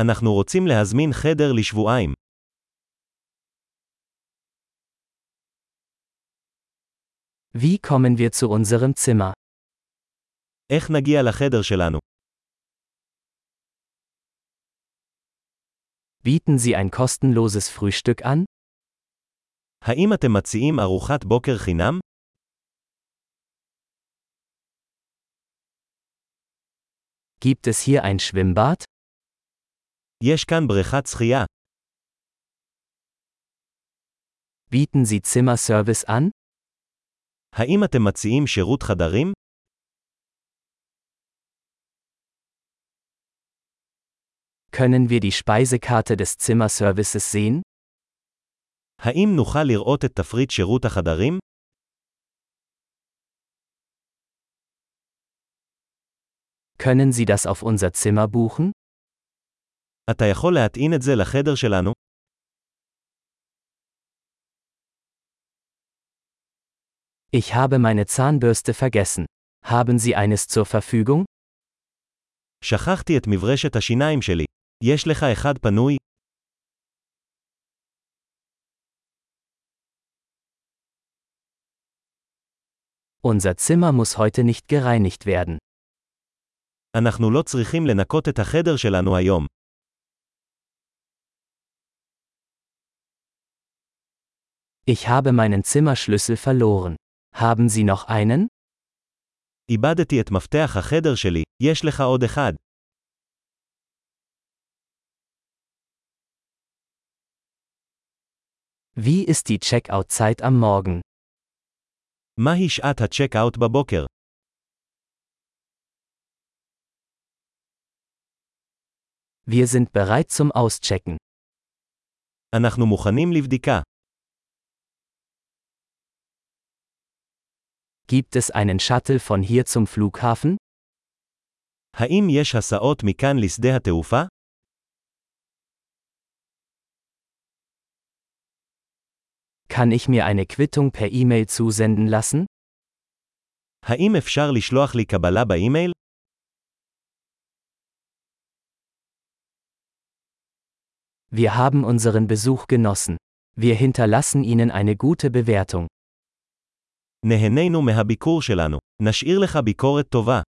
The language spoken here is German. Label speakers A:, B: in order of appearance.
A: אנחנו רוצים להזמין חדר לשבועיים.
B: Wie kommen wir zu unserem Zimmer?
A: איך נגיע לחדר שלנו?
B: Bieten Sie ein kostenloses Frühstück an?
A: האם אתם מציעים ארוחת בוקר חינם?
B: Gibt es hier ein Schwimmbad?
A: יש כאן בריכת שחייה.
B: Bieten Sie Zimmerservice an?
A: האם אתם מציעים שירות חדרים?
B: Können wir die Speisekarte des Zimmerservices sehen?
A: האם נוכל לראות את תפריט שירות החדרים?
B: Können Sie das auf unser Zimmer buchen?
A: אתה יכול להטעין את זה לחדר שלנו?
B: Ich habe meine Zahnbürste vergessen. Haben Sie eines zur Verfügung?
A: שכחתי את מברשת השיניים שלי. יש לך אחד פנוי?
B: Unser Zimmer muss heute nicht gereinigt werden.
A: אנחנו לא צריכים לנקות את החדר שלנו היום.
B: Ich habe meinen Zimmerschlüssel verloren. Haben Sie noch einen?
A: איבדתי את מפתח החדר שלי, יש לך עוד אחד.
B: Wie ist die Checkout-Zeit am Morgen?
A: מהי שעת הצ'ק-אאוט בבוקר?
B: Wir sind bereit zum Auschecken.
A: אנחנו מוכנים לבדיקה.
B: Gibt es einen Shuttle von hier zum Flughafen?
A: האם יש הסעות מכאן לשדה התעופה?
B: Kann ich mir eine Quittung per E-Mail zusenden lassen?
A: האם אפשר לשלוח לי קבלה באימייל?
B: Wir haben unseren Besuch genossen. Wir hinterlassen Ihnen eine gute Bewertung.
A: נהנינו מהביקור שלנו. נשאיר לך ביקורת טובה.